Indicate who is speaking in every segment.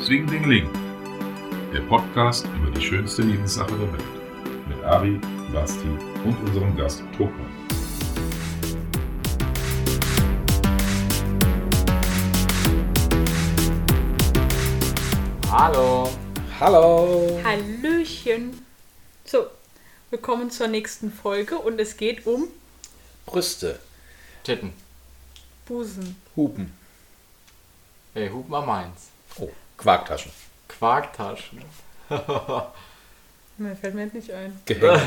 Speaker 1: Swing Ding Ling, der Podcast über die schönste Lebenssache der Welt. Mit Ari, Basti und unserem Gast Tokmann.
Speaker 2: Hallo.
Speaker 3: Hallo.
Speaker 4: Hallöchen. So, willkommen zur nächsten Folge und es geht um
Speaker 3: Brüste.
Speaker 2: Titten.
Speaker 4: Busen.
Speaker 3: Hupen.
Speaker 2: Hey, Hupen am Mainz.
Speaker 3: Oh, Quarktaschen.
Speaker 2: Quarktaschen.
Speaker 4: Mir fällt mir jetzt nicht ein.
Speaker 3: Gehänge.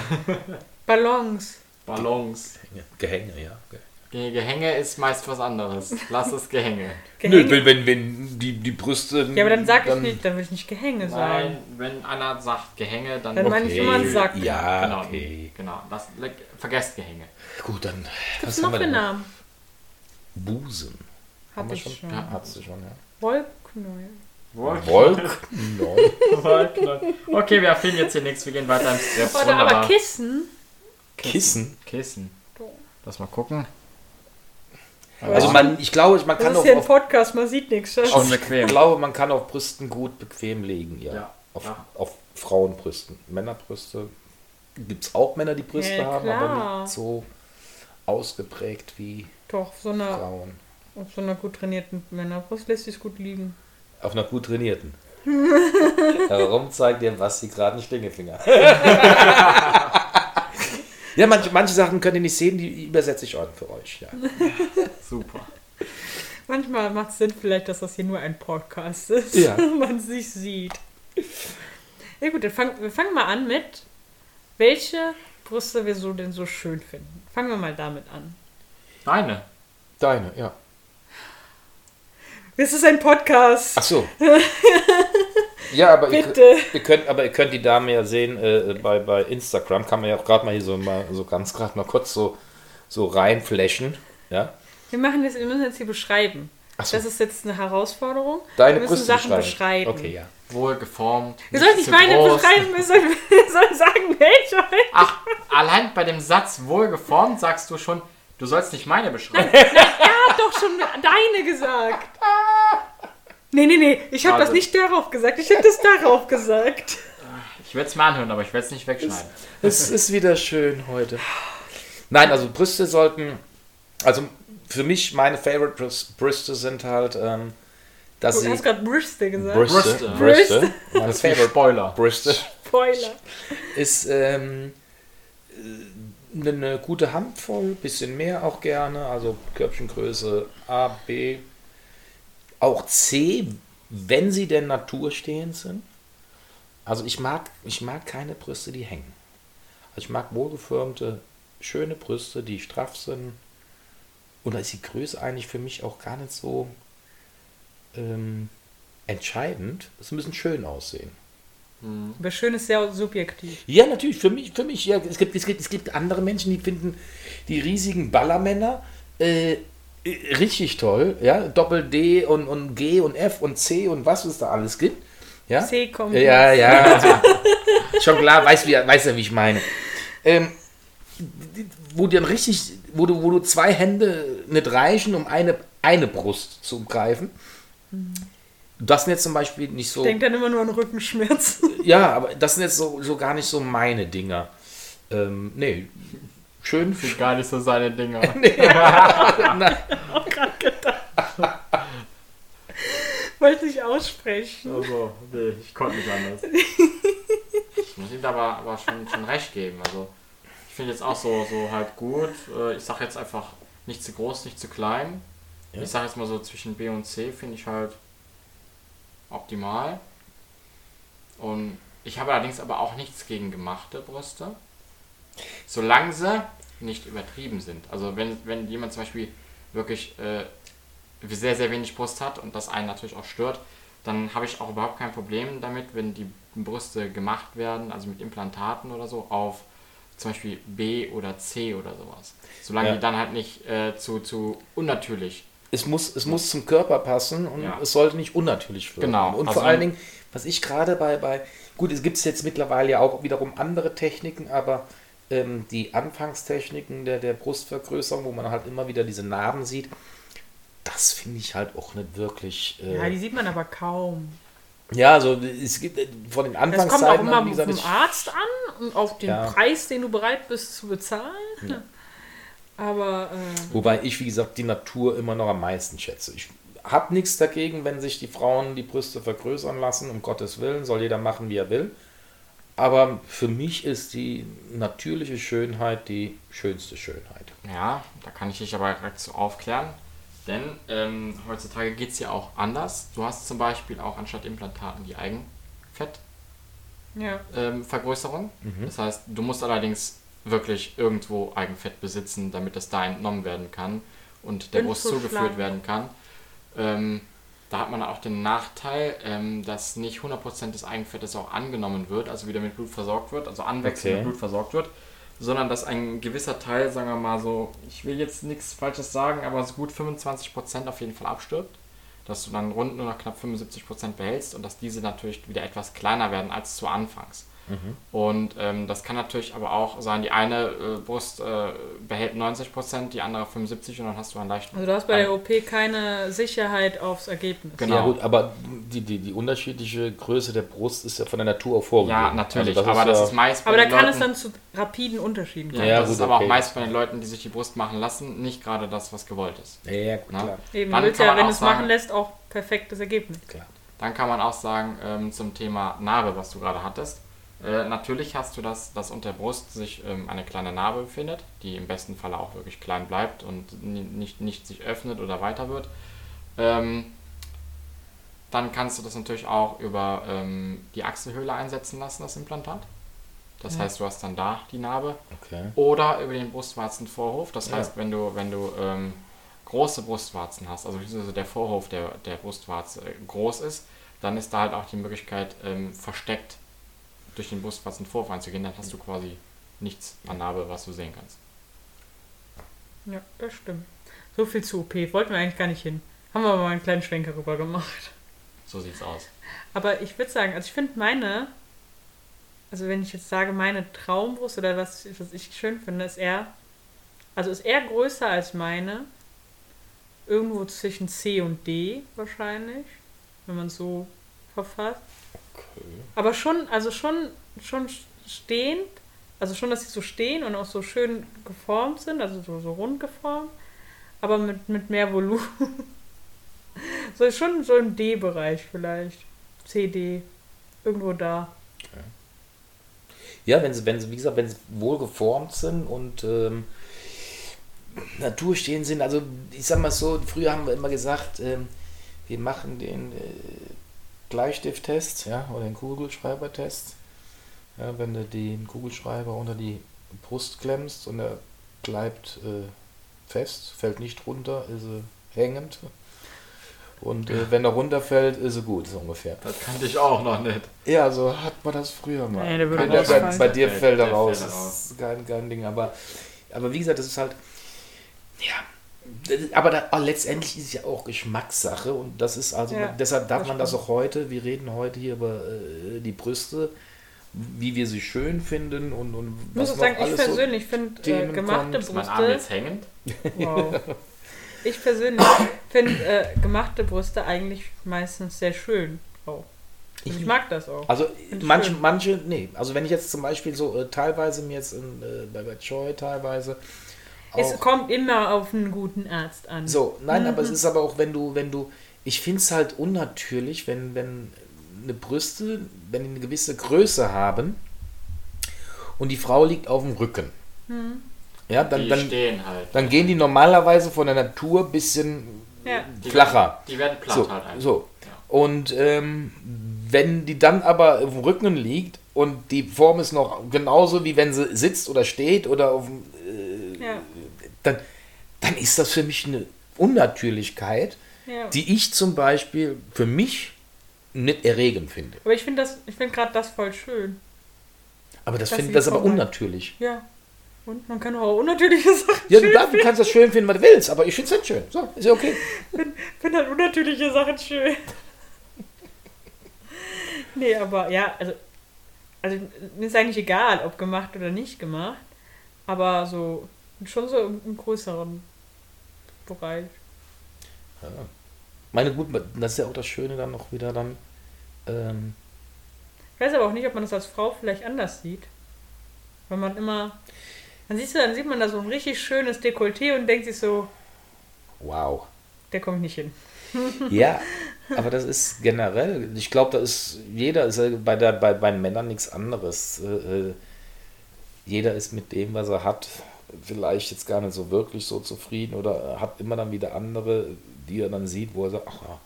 Speaker 4: Ballons.
Speaker 2: Ballons.
Speaker 3: Gehänge, ja. Ge-
Speaker 2: Ge- Gehänge ist meist was anderes. Lass es Gehänge.
Speaker 3: Nö, wenn, wenn, wenn die, die Brüste.
Speaker 4: ja, aber dann sag ich nicht, dann will ich nicht Gehänge sagen.
Speaker 2: Nein, wenn einer sagt Gehänge, dann...
Speaker 4: Dann meine ich immer einen Sack.
Speaker 3: Ja,
Speaker 2: Genau,
Speaker 3: okay.
Speaker 2: genau. Lass, le- vergesst Gehänge.
Speaker 3: Gut, dann.
Speaker 4: Was ist noch für
Speaker 3: denn?
Speaker 4: Namen?
Speaker 3: Busen.
Speaker 4: Hab ich schon.
Speaker 2: Ja.
Speaker 3: Hattest du schon, ja.
Speaker 4: Wollknäuel.
Speaker 3: Wolk. Nein.
Speaker 2: okay, wir erfinden jetzt hier nichts. Wir gehen weiter im Skript.
Speaker 4: Oder aber Kissen.
Speaker 3: Kissen.
Speaker 2: Kissen. Lass mal gucken.
Speaker 3: Also man, ich glaube, man kann
Speaker 4: Das ist
Speaker 3: auch
Speaker 4: hier ein
Speaker 3: auf,
Speaker 4: Podcast, man sieht nichts. Schatz.
Speaker 2: Schon
Speaker 3: auf,
Speaker 2: bequem.
Speaker 3: ich glaube, man kann auf Brüsten gut bequem legen, ja.
Speaker 2: Ja,
Speaker 3: Auf,
Speaker 2: ja.
Speaker 3: auf Frauenbrüsten. Männerbrüste gibt es auch Männer, die Brüste
Speaker 4: Ja,
Speaker 3: haben, aber
Speaker 4: klar.
Speaker 3: nicht so ausgeprägt wie
Speaker 4: Doch, auf so einer,
Speaker 3: Frauen.
Speaker 4: auf so einer gut trainierten Männerbrust lässt sich gut liegen.
Speaker 3: Auf einer gut trainierten. Warum zeigt dir Basti gerade einen Stinkefinger? ja, manche, manche Sachen könnt ihr nicht sehen, die übersetze ich auch für euch. Ja.
Speaker 2: Super.
Speaker 4: Manchmal macht es Sinn vielleicht, dass das hier nur ein Podcast ist.
Speaker 3: Ja.
Speaker 4: Man sich sieht. Ja gut, dann fang, wir fangen mal an mit, welche Brüste wir so denn so schön finden. Fangen wir mal damit an.
Speaker 2: Deine.
Speaker 3: Deine, ja.
Speaker 4: Es ist ein Podcast.
Speaker 3: Ach so. Ja, aber ihr,
Speaker 4: Bitte.
Speaker 3: ihr könnt, aber ihr könnt die Dame ja sehen äh, bei, bei Instagram kann man ja auch gerade mal hier so mal so ganz gerade mal kurz so so reinflächen, ja.
Speaker 4: Wir machen jetzt, wir müssen jetzt hier beschreiben.
Speaker 3: Ach so.
Speaker 4: Das ist jetzt eine Herausforderung.
Speaker 3: Deine
Speaker 4: wir müssen
Speaker 3: Brüste
Speaker 4: Sachen
Speaker 3: beschreiben.
Speaker 4: beschreiben.
Speaker 3: Okay, ja.
Speaker 2: Wohl geformt.
Speaker 4: Wir sollen nicht
Speaker 2: zu
Speaker 4: meine
Speaker 2: groß.
Speaker 4: beschreiben, wir sollen, wir sollen sagen, welche.
Speaker 2: Ach, allein bei dem Satz wohl geformt sagst du schon, du sollst nicht meine beschreiben.
Speaker 4: Ich hab doch schon deine gesagt. Nee, nee, nee, ich habe das
Speaker 2: Warte.
Speaker 4: nicht darauf gesagt, ich habe das darauf gesagt.
Speaker 2: Ich werde es mir anhören, aber ich werde es nicht wegschneiden.
Speaker 3: Es ist wieder schön heute. Nein, also Brüste sollten, also für mich meine Favorite Brüs- Brüste sind halt, ähm, dass
Speaker 4: Du
Speaker 3: sie
Speaker 4: hast gerade Brüste gesagt.
Speaker 3: Brüste,
Speaker 2: Also Brüste.
Speaker 3: Brüste, meine
Speaker 2: Wie
Speaker 3: Favorite
Speaker 2: Spoiler.
Speaker 3: Brüste
Speaker 4: Spoiler.
Speaker 3: ist ähm, äh, eine ne gute Handvoll, bisschen mehr auch gerne, also Körbchengröße A, B, auch C, wenn sie denn naturstehend sind. Also ich mag, ich mag keine Brüste, die hängen. Also ich mag wohlgeformte, schöne Brüste, die straff sind. Und da ist die Größe eigentlich für mich auch gar nicht so ähm, entscheidend. Es müssen schön aussehen.
Speaker 4: Aber schön ist sehr subjektiv.
Speaker 3: Ja, natürlich, für mich, für mich, ja, es gibt, es gibt, es gibt andere Menschen, die finden die riesigen Ballermänner äh, äh, richtig toll, ja, Doppel D und, und G und F und C und was es da alles gibt, ja.
Speaker 4: C kommt
Speaker 3: Ja, ja, also, schon klar, weiß, wie, weiß ja, wie ich meine. Ähm, wo dir richtig, wo du, wo du zwei Hände nicht reichen, um eine, eine Brust zu greifen. Das sind jetzt zum Beispiel nicht so.
Speaker 4: Mhm. Ich denke dann immer nur an Rückenschmerz.
Speaker 3: Ja, aber das sind jetzt so, so gar nicht so meine Dinger. Ähm, nee. Schön.
Speaker 2: Sind gar nicht so seine Dinger.
Speaker 3: Nein.
Speaker 4: Wollte ich aussprechen.
Speaker 2: Also, nee, ich konnte nicht anders. Ich muss ihm da aber, aber schon, schon recht geben. Also, ich finde jetzt auch so, so halb gut. Äh, Ich sage jetzt einfach nicht zu groß, nicht zu klein.
Speaker 3: Ja.
Speaker 2: Ich sage jetzt mal so zwischen B und C finde ich halt optimal. Und ich habe allerdings aber auch nichts gegen gemachte Brüste. Solange sie nicht übertrieben sind. Also wenn, wenn jemand zum Beispiel wirklich äh, sehr, sehr wenig Brust hat und das einen natürlich auch stört, dann habe ich auch überhaupt kein Problem damit, wenn die Brüste gemacht werden, also mit Implantaten oder so, auf zum Beispiel B oder C oder sowas. Solange
Speaker 3: Ja.
Speaker 2: die dann halt nicht äh, zu, zu unnatürlich.
Speaker 3: Es muss, es muss zum Körper passen und
Speaker 2: Ja.
Speaker 3: es sollte nicht unnatürlich wirken.
Speaker 2: Genau.
Speaker 3: Und
Speaker 2: Also-
Speaker 3: vor allen Dingen, was ich gerade bei, bei, gut, es gibt jetzt mittlerweile ja auch wiederum andere Techniken, aber ähm, die Anfangstechniken der, der Brustvergrößerung, wo man halt immer wieder diese Narben sieht, das finde ich halt auch nicht wirklich. Äh,
Speaker 4: Ja, die sieht man aber kaum.
Speaker 3: Ja, also es gibt äh, von den
Speaker 4: Das kommt auch
Speaker 3: Anfangszeiten,
Speaker 4: immer
Speaker 3: an, wie
Speaker 4: auf
Speaker 3: gesagt,
Speaker 4: den
Speaker 3: ich,
Speaker 4: Arzt an und auf den
Speaker 3: Ja.
Speaker 4: Preis, den du bereit bist zu bezahlen. Aber äh,
Speaker 3: wobei ich, wie gesagt, die Natur immer noch am meisten schätze. Ich habe nichts dagegen, wenn sich die Frauen die Brüste vergrößern lassen, um Gottes Willen, soll jeder machen, wie er will. Aber für mich ist die natürliche Schönheit die schönste Schönheit.
Speaker 2: Ja, da kann ich dich aber direkt zu aufklären. Denn ähm, heutzutage geht es ja auch anders. Du hast zum Beispiel auch anstatt Implantaten die Eigenfettvergrößerung.
Speaker 4: ja.
Speaker 2: Ähm, Vergrößerung. Das heißt, du musst allerdings wirklich irgendwo Eigenfett besitzen, damit das da entnommen werden kann und der
Speaker 4: Bin
Speaker 2: Brust
Speaker 4: so
Speaker 2: zugeführt
Speaker 4: schlank.
Speaker 2: werden kann. Ähm, da hat man auch den Nachteil, ähm, dass nicht 100% des Eigenfettes auch angenommen wird, also wieder mit Blut versorgt wird, also anwechselnd
Speaker 3: Okay.
Speaker 2: mit Blut versorgt wird, sondern dass ein gewisser Teil, sagen wir mal so, ich will jetzt nichts Falsches sagen, aber so gut 25% auf jeden Fall abstirbt, dass du dann rund nur noch knapp 75% behältst und dass diese natürlich wieder etwas kleiner werden als zu Anfangs.
Speaker 3: Mhm.
Speaker 2: Und ähm, das kann natürlich aber auch sein, die eine äh, Brust äh, behält 90%, die andere 75% und dann hast du einen leichten...
Speaker 4: Also du hast bei der OP keine Sicherheit aufs Ergebnis.
Speaker 2: Genau.
Speaker 3: Ja gut, aber die, die, die unterschiedliche Größe der Brust ist ja von der Natur auch vorgegeben.
Speaker 2: Ja, natürlich,
Speaker 3: Also
Speaker 2: aber das
Speaker 3: ja-
Speaker 2: ist meist bei
Speaker 4: Aber da
Speaker 2: den
Speaker 4: kann
Speaker 2: Leuten,
Speaker 4: es dann zu rapiden Unterschieden
Speaker 2: Ja,
Speaker 4: kommen.
Speaker 3: Ja,
Speaker 2: das
Speaker 3: gut,
Speaker 2: ist aber
Speaker 3: okay.
Speaker 2: auch meist bei den Leuten, die sich die Brust machen lassen, nicht gerade das, was gewollt ist.
Speaker 3: Ja, ja, gut,
Speaker 2: Na?
Speaker 3: klar.
Speaker 4: Eben, du
Speaker 2: Dann
Speaker 4: willst
Speaker 2: kann
Speaker 4: ja,
Speaker 2: man
Speaker 4: wenn
Speaker 2: auch
Speaker 4: du es machen
Speaker 2: sagen-
Speaker 4: lässt, auch perfektes Ergebnis.
Speaker 3: klar.
Speaker 2: Dann kann man auch sagen, ähm, zum Thema Narbe, was du gerade hattest. Äh, natürlich hast du das, dass unter der Brust sich ähm, eine kleine Narbe befindet, die im besten Falle auch wirklich klein bleibt und ni- nicht, nicht sich öffnet oder weiter wird. Ähm, dann kannst du das natürlich auch über ähm, die Achselhöhle einsetzen lassen, das Implantat. Das heißt, du hast dann da die Narbe
Speaker 3: Okay.
Speaker 2: Oder über den Brustwarzenvorhof. Das
Speaker 3: Ja.
Speaker 2: heißt, wenn du, wenn du ähm, große Brustwarzen hast, also beziehungsweise der Vorhof der, der Brustwarze äh, groß ist, dann ist da halt auch die Möglichkeit, ähm, versteckt durch den Brustwarzenvorhof einzugehen. Dann hast du quasi nichts an Narbe, was du sehen kannst.
Speaker 4: Ja, das stimmt. So viel zu OP. Wollten wir eigentlich gar nicht hin. Haben wir aber mal einen kleinen Schwenker rüber gemacht.
Speaker 2: So sieht's aus.
Speaker 4: Aber ich würde sagen, also ich finde meine, also wenn ich jetzt sage, meine Traumbrust oder was, was ich schön finde, ist eher, also ist eher größer als meine. Irgendwo zwischen C und D wahrscheinlich, wenn man so verfasst. Aber schon, also schon, schon stehend, also schon, dass sie so stehen und auch so schön geformt sind, also so, so rund geformt, aber mit, mit mehr Volumen. so ist schon so im D-Bereich vielleicht. CD, irgendwo da.
Speaker 3: Ja, wenn sie, wenn sie, wie gesagt, wenn sie wohl geformt sind und ähm, naturstehend sind, also ich sag mal so, früher haben wir immer gesagt, ähm, wir machen den äh, Bleistifttest, ja, oder den Kugelschreibertest. Ja, wenn du den Kugelschreiber unter die Brust klemmst und er bleibt äh, fest, fällt nicht runter, ist er hängend. Und äh, wenn er runterfällt, ist er gut, so ungefähr.
Speaker 2: Das kannte ich auch noch nicht.
Speaker 3: Ja, so hat man das früher mal.
Speaker 4: Nee, der würde
Speaker 3: Kann ja bei,
Speaker 4: rausfallen.
Speaker 3: bei dir
Speaker 2: Der fällt-
Speaker 3: fällt er
Speaker 2: der
Speaker 3: raus.
Speaker 2: fällt
Speaker 3: Das ist kein, kein Ding. Aber, aber wie gesagt, das ist halt. Ja. das- Aber da, aber letztendlich ist es ja auch Geschmackssache. Und das ist also.
Speaker 4: Ja,
Speaker 3: deshalb darf
Speaker 4: das
Speaker 3: man das
Speaker 4: stimmt.
Speaker 3: auch heute. Wir reden heute hier über äh, die Brüste, wie wir sie schön finden und, und
Speaker 4: Ich muss
Speaker 3: was
Speaker 4: auch sagen,
Speaker 3: noch
Speaker 4: ich
Speaker 3: alles so-
Speaker 4: persönlich finde äh,
Speaker 3: Themen
Speaker 4: gemachte
Speaker 3: kommt.
Speaker 2: Ist mein Arm
Speaker 4: Brüste.
Speaker 2: jetzt hängend?
Speaker 4: Wow. Ich persönlich finde äh, gemachte Brüste eigentlich meistens sehr schön. Auch. Und ich
Speaker 3: Ich-
Speaker 4: mag das auch.
Speaker 3: Also
Speaker 4: Find ich
Speaker 3: manche,
Speaker 4: schön.
Speaker 3: manche, nee. Also wenn ich jetzt zum Beispiel so äh, teilweise mir jetzt in, äh, bei, bei Joy teilweise. auch-
Speaker 4: Es kommt immer auf einen guten Arzt an.
Speaker 3: So, nein, aber es ist aber auch, wenn du, wenn du, ich finde es halt unnatürlich, wenn, wenn eine Brüste, wenn die eine gewisse Größe haben und die Frau liegt auf dem Rücken. Ja, dann,
Speaker 2: die
Speaker 3: dann,
Speaker 2: stehen halt.
Speaker 3: dann gehen die normalerweise von der Natur ein bisschen
Speaker 4: Ja.
Speaker 2: Die
Speaker 3: flacher.
Speaker 2: Werden, die werden platt
Speaker 3: So,
Speaker 2: halt einfach.
Speaker 3: so.
Speaker 2: Ja.
Speaker 3: Und ähm, wenn die dann aber auf dem Rücken liegt und die Form ist noch genauso wie wenn sie sitzt oder steht oder auf dem
Speaker 4: Ja.
Speaker 3: dann, dann ist das für mich eine Unnatürlichkeit,
Speaker 4: Ja.
Speaker 3: die ich zum Beispiel für mich nicht erregend finde.
Speaker 4: Aber ich finde das, ich finde gerade das voll schön.
Speaker 3: Aber das,
Speaker 4: Das
Speaker 3: finde
Speaker 4: ist
Speaker 3: das aber
Speaker 4: vorbei.
Speaker 3: unnatürlich.
Speaker 4: Ja. Und man kann auch unnatürliche Sachen
Speaker 3: Ja, du,
Speaker 4: schön
Speaker 3: darfst- du kannst das schön finden, was du willst, aber ich finde es nicht schön. So, ist ja okay.
Speaker 4: finde halt unnatürliche Sachen schön. nee, aber ja, also, also mir ist eigentlich egal, ob gemacht oder nicht gemacht. Aber so schon so im, im größeren Bereich.
Speaker 3: Meine gut, das ist ja auch das Schöne dann noch wieder dann Ähm,
Speaker 4: Ich weiß aber auch nicht, ob man das als Frau vielleicht anders sieht. Weil man immer. Dann, siehst du, dann sieht man da so ein richtig schönes Dekolleté und denkt sich so,
Speaker 3: wow.
Speaker 4: der kommt nicht hin.
Speaker 3: Ja, aber das ist generell, ich glaube, da ist jeder ist ja bei, der, bei, bei Männern nichts anderes. Äh, äh, jeder ist mit dem, was er hat, vielleicht jetzt gar nicht so wirklich so zufrieden oder hat immer dann wieder andere, die er dann sieht, wo er sagt, ach ja,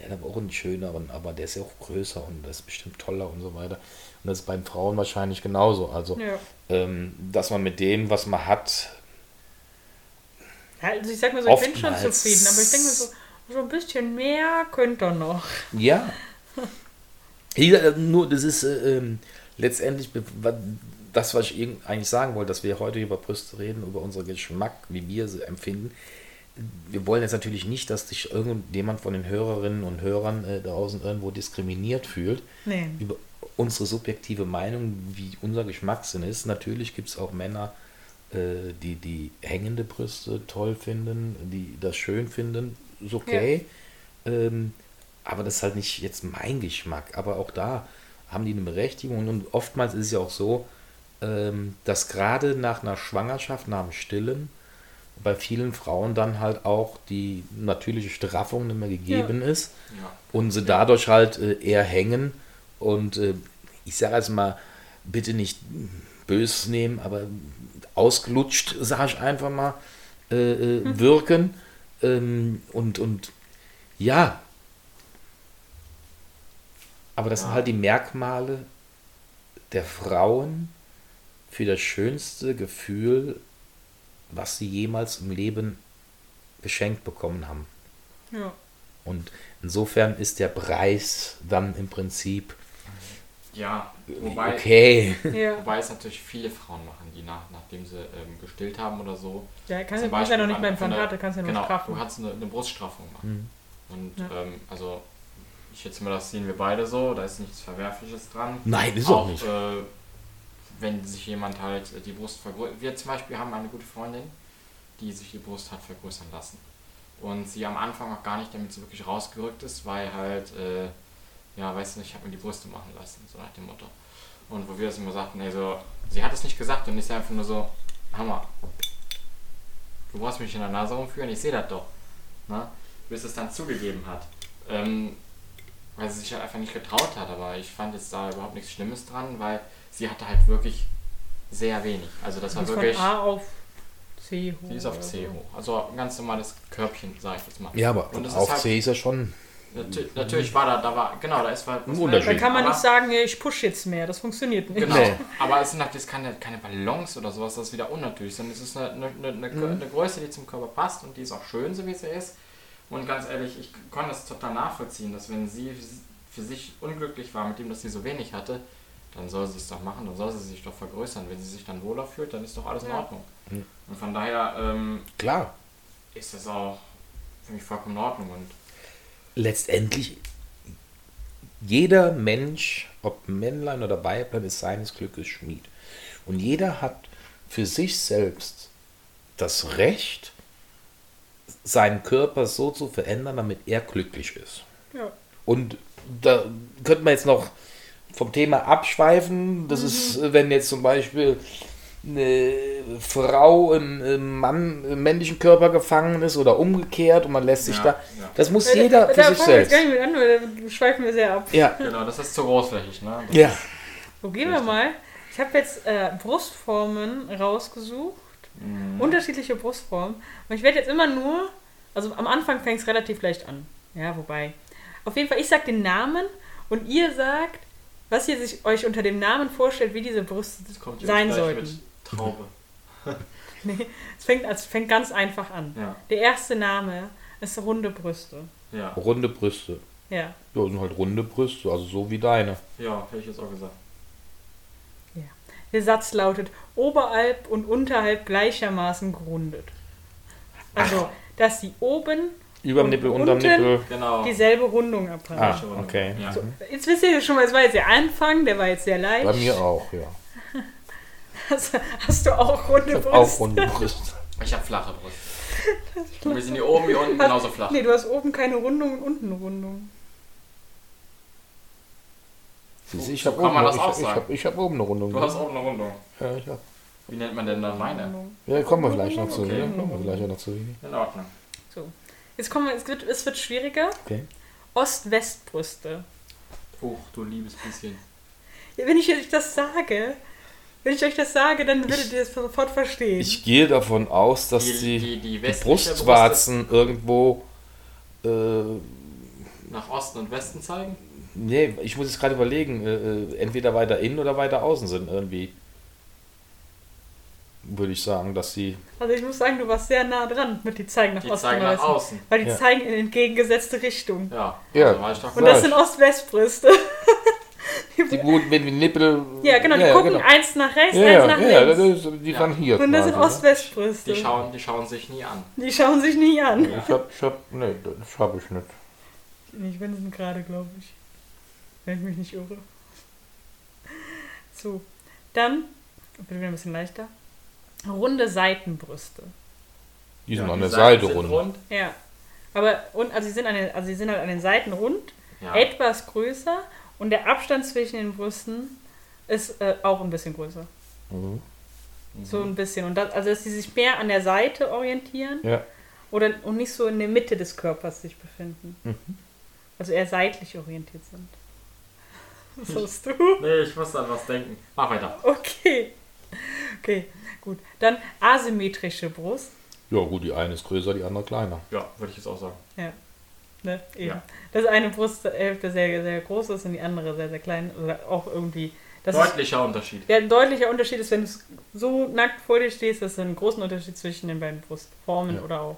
Speaker 3: der hat aber auch einen schöneren, aber der ist ja auch größer und der ist bestimmt toller und so weiter. Und das ist bei den Frauen wahrscheinlich genauso. Also,
Speaker 4: Ja.
Speaker 3: ähm, dass man mit dem, was man hat,
Speaker 4: Ja, Also ich sag mal so, ich bin schon
Speaker 3: Oftmals.
Speaker 4: zufrieden, aber ich denke mir so, so ein bisschen mehr könnte er noch.
Speaker 3: Ja. Wie gesagt, nur, das ist äh, ähm, letztendlich be- wa- das, was ich irgend- eigentlich sagen wollte, dass wir heute über Brüste reden, über unseren Geschmack, wie wir sie empfinden. Wir wollen jetzt natürlich nicht, dass sich irgendjemand von den Hörerinnen und Hörern äh, draußen irgendwo diskriminiert fühlt
Speaker 4: Nee.
Speaker 3: über unsere subjektive Meinung, wie unser Geschmackssinn ist. Natürlich gibt es auch Männer, äh, die die hängende Brüste toll finden, die das schön finden, ist okay. Ähm, aber das ist halt nicht jetzt mein Geschmack. Aber auch da haben die eine Berechtigung. Und oftmals ist es ja auch so, ähm, dass gerade nach einer Schwangerschaft, nach dem Stillen, bei vielen Frauen dann halt auch die natürliche Straffung nicht mehr gegeben ist
Speaker 2: Ja.
Speaker 3: und sie dadurch halt äh, eher hängen. Und äh, ich sage jetzt mal, bitte nicht bös nehmen, aber ausgelutscht, sage ich einfach mal, äh,
Speaker 2: Hm.
Speaker 3: äh, wirken. Ähm, und, und ja, aber das sind halt die Merkmale der Frauen für das schönste Gefühl, was sie jemals im Leben geschenkt bekommen haben.
Speaker 4: Ja.
Speaker 3: Und insofern ist der Preis dann im Prinzip
Speaker 2: Ja, wobei,
Speaker 3: okay.
Speaker 4: Ja.
Speaker 2: wobei es natürlich viele Frauen machen, die nach, nachdem sie ähm, gestillt haben oder so.
Speaker 4: Ja, kannst
Speaker 2: zum
Speaker 4: du kannst ja
Speaker 2: Beispiel
Speaker 4: noch nicht mal
Speaker 2: an- von der-
Speaker 4: Implantate, kannst ja noch
Speaker 2: genau,
Speaker 4: straffen.
Speaker 2: Du kannst eine, eine Bruststraffung machen.
Speaker 3: Mhm.
Speaker 2: Und
Speaker 4: Ja.
Speaker 2: ähm, also, ich schätze mal, das sehen wir beide so, da ist nichts Verwerfliches dran.
Speaker 3: Nein, ist auch
Speaker 2: auch
Speaker 3: nicht.
Speaker 2: Äh, wenn sich jemand halt äh, die Brust vergrößert. Wir zum Beispiel haben eine gute Freundin, die sich die Brust hat vergrößern lassen. Und sie am Anfang auch gar nicht, damit sie wirklich rausgerückt ist, weil halt, äh, ja, weißt du nicht, ich habe mir die Brüste machen lassen, so nach dem Motto. Und wo wir das immer sagten, nee, so, sie hat es nicht gesagt und ich sag einfach nur so, Hammer, du brauchst mich in der Nase rumführen, ich sehe das doch. Ne? Bis es dann zugegeben hat. Ähm, weil sie sich halt einfach nicht getraut hat, aber ich fand jetzt da überhaupt nichts Schlimmes dran, weil sie hatte halt wirklich sehr wenig. Also das
Speaker 4: Du
Speaker 2: war
Speaker 4: kannst
Speaker 2: wirklich.
Speaker 4: von A auf C hoch.
Speaker 2: Die ist auf
Speaker 4: oder
Speaker 2: C
Speaker 4: so.
Speaker 2: hoch. Also ein ganz normales Körbchen, sag ich jetzt mal.
Speaker 3: Ja, aber
Speaker 2: Und es ist
Speaker 3: auf
Speaker 2: halt-
Speaker 3: C ist ja schon.
Speaker 2: Natu natürlich war da, da war, genau, da ist halt
Speaker 3: Ein
Speaker 2: was
Speaker 3: Unterschied.
Speaker 4: Da kann man
Speaker 2: Aber-
Speaker 4: nicht sagen, ja, ich push jetzt mehr, das funktioniert nicht.
Speaker 2: Genau,
Speaker 3: Nee.
Speaker 2: aber es sind halt jetzt keine, keine Ballons oder sowas, das ist wieder unnatürlich, sondern es ist eine, eine, eine, eine, eine Größe, die zum Körper passt und die ist auch schön, so wie sie ist. Und ganz ehrlich, ich konnte das total nachvollziehen, dass wenn sie für sich unglücklich war mit dem, dass sie so wenig hatte, dann soll sie es doch machen, dann soll sie sich doch vergrößern. Wenn sie sich dann wohler fühlt, dann ist doch alles in
Speaker 4: Ja.
Speaker 2: Ordnung. Und von daher ähm,
Speaker 3: Klar.
Speaker 2: ist das auch für mich vollkommen in Ordnung und
Speaker 3: Letztendlich, jeder Mensch, ob Männlein oder Weiblein, ist seines Glückes Schmied. Und jeder hat für sich selbst das Recht, seinen Körper so zu verändern, damit er glücklich ist.
Speaker 4: Ja.
Speaker 3: Und da könnte man jetzt noch vom Thema abschweifen.
Speaker 2: Mhm.
Speaker 3: Das ist, äh, wenn jetzt zum Beispiel eine Frau im, im Mann im männlichen Körper gefangen ist oder umgekehrt und man lässt sich
Speaker 2: Ja,
Speaker 3: da.
Speaker 2: ja.
Speaker 3: Das muss jeder
Speaker 4: da
Speaker 3: für
Speaker 4: da
Speaker 3: sich
Speaker 4: fangen wir jetzt
Speaker 3: selbst.
Speaker 4: gar nicht mit an, weil da schweifen wir sehr ab.
Speaker 3: Ja,
Speaker 2: Genau, das ist zu großflächig, ne? Das
Speaker 3: ja.
Speaker 4: Wo gehen wir mal? Ich habe jetzt äh, Brustformen rausgesucht. Unterschiedliche Brustformen. Und ich werde jetzt immer nur, also am Anfang fängt es relativ leicht an. Ja, wobei. Auf jeden Fall, ich sage den Namen und ihr sagt, was ihr sich euch unter dem Namen vorstellt, wie diese Brüste
Speaker 2: kommt jetzt
Speaker 4: sein
Speaker 2: gleich
Speaker 4: sollten.
Speaker 2: Mit Traube.
Speaker 4: Nee, es fängt, es fängt ganz einfach an.
Speaker 2: Ja,
Speaker 4: Der erste Name ist runde Brüste.
Speaker 2: ja,
Speaker 3: Runde Brüste.
Speaker 4: Ja.
Speaker 3: Ja, sind halt runde Brüste, also so wie deine.
Speaker 2: ja, hätte ich jetzt auch gesagt.
Speaker 4: Der Satz lautet, oberhalb und unterhalb gleichermaßen gerundet. Also, dass sie oben
Speaker 3: Überm
Speaker 4: Und
Speaker 3: Nippel, unterm
Speaker 4: unten?
Speaker 3: Nippel.
Speaker 2: Genau.
Speaker 4: dieselbe Rundung abhaben.
Speaker 3: Ah, okay.
Speaker 2: Ja.
Speaker 4: So, jetzt wisst ihr schon mal, es war jetzt der Anfang, der war jetzt sehr leicht.
Speaker 3: Bei mir auch, ja.
Speaker 4: Hast, hast du auch runde Brüste?
Speaker 3: Auch runde Brüste.
Speaker 2: Ich habe flache Brust. Und wir sind hier oben, hier unten genauso flach.
Speaker 4: Nee, du hast oben keine Rundung und unten eine Rundung.
Speaker 3: Siehst du, ich
Speaker 2: So
Speaker 3: habe
Speaker 2: kann
Speaker 3: oben,
Speaker 2: man
Speaker 3: noch-
Speaker 2: das
Speaker 3: ich,
Speaker 2: auch
Speaker 3: ich
Speaker 2: sagen.
Speaker 3: hab, ich hab oben eine Rundung.
Speaker 2: Du hast auch eine Rundung.
Speaker 3: ja, ich hab,
Speaker 2: Wie nennt man denn dann meine?
Speaker 3: ja, kommen wir vielleicht noch zu.
Speaker 2: Okay.
Speaker 3: Ja, kommen wir vielleicht noch zu.
Speaker 2: In Ordnung.
Speaker 4: So. Jetzt kommen wir, es wird, es wird schwieriger.
Speaker 3: Okay.
Speaker 4: Ost-West-Brüste.
Speaker 2: Huch, du liebes bisschen.
Speaker 4: Ja, wenn ich euch das sage, wenn ich euch das sage, dann würdet ihr das sofort verstehen.
Speaker 3: Ich gehe davon aus, dass die, die,
Speaker 2: westliche
Speaker 3: Brustwarzen irgendwo. Äh,
Speaker 2: Brust nach Osten und Westen zeigen?
Speaker 3: nee, ich muss jetzt gerade überlegen, äh, äh, entweder weiter innen oder weiter außen sind irgendwie. Würde ich sagen, dass sie.
Speaker 4: also ich muss sagen, du warst sehr nah dran mit die zeigen nach
Speaker 2: Die
Speaker 4: Osten.
Speaker 2: zeigen
Speaker 4: und
Speaker 2: nach
Speaker 4: Westen,
Speaker 2: außen.
Speaker 4: Weil die
Speaker 3: Ja.
Speaker 4: zeigen in entgegengesetzte Richtung.
Speaker 2: Ja,
Speaker 3: Ja.
Speaker 2: also war ich doch
Speaker 4: Und das
Speaker 3: Falsch.
Speaker 4: sind Ost-West-Brüste.
Speaker 3: Die, gut, wenn die Nippel.
Speaker 4: Ja, genau, die gucken eins nach rechts,
Speaker 3: Ja,
Speaker 4: eins
Speaker 3: ja,
Speaker 4: nach
Speaker 3: ja, das
Speaker 4: links.
Speaker 3: ist, die
Speaker 2: Ja.
Speaker 3: waren hier.
Speaker 4: und das sind
Speaker 3: quasi, ne?
Speaker 4: Ost-West-Brüste.
Speaker 2: die, schauen, die schauen sich nie an.
Speaker 4: Die schauen sich nie an.
Speaker 3: Ich hab, ich hab, nee, das hab ich nicht.
Speaker 4: Ich bin es gerade, glaube ich. Wenn ich mich nicht irre. So, dann, wird wieder ein bisschen leichter. Runde Seitenbrüste.
Speaker 3: Die sind
Speaker 2: Ja,
Speaker 3: an
Speaker 2: die
Speaker 3: der
Speaker 2: Seiten
Speaker 3: Seite
Speaker 2: sind
Speaker 3: rund.
Speaker 4: Ja. Aber, und, also sie sind, an den, also sie sind halt an den Seiten rund,
Speaker 2: Ja.
Speaker 4: etwas größer und der Abstand zwischen den Brüsten ist äh, auch ein bisschen größer.
Speaker 3: Mhm.
Speaker 4: So ein bisschen. Und das, also, dass sie sich mehr an der Seite orientieren
Speaker 3: Ja.
Speaker 4: oder, und nicht so in der Mitte des Körpers sich befinden. Also eher seitlich orientiert sind. Was hast du?
Speaker 2: Nee, ich muss an was denken. Mach weiter.
Speaker 4: Okay. Okay, gut. Dann asymmetrische Brust.
Speaker 3: ja, gut, die eine ist größer, die andere kleiner.
Speaker 2: Ja, würde ich jetzt auch sagen.
Speaker 4: Ja. Ne, eben.
Speaker 2: Ja.
Speaker 4: Dass eine Brusthälfte sehr, sehr groß ist und die andere sehr, sehr klein. Oder auch irgendwie. Das ist,
Speaker 2: Deutlicher Unterschied.
Speaker 4: ja, ein deutlicher Unterschied ist, wenn du s- so nackt vor dir stehst, dass du einen großen Unterschied zwischen den beiden Brustformen
Speaker 3: Ja.
Speaker 4: oder auch.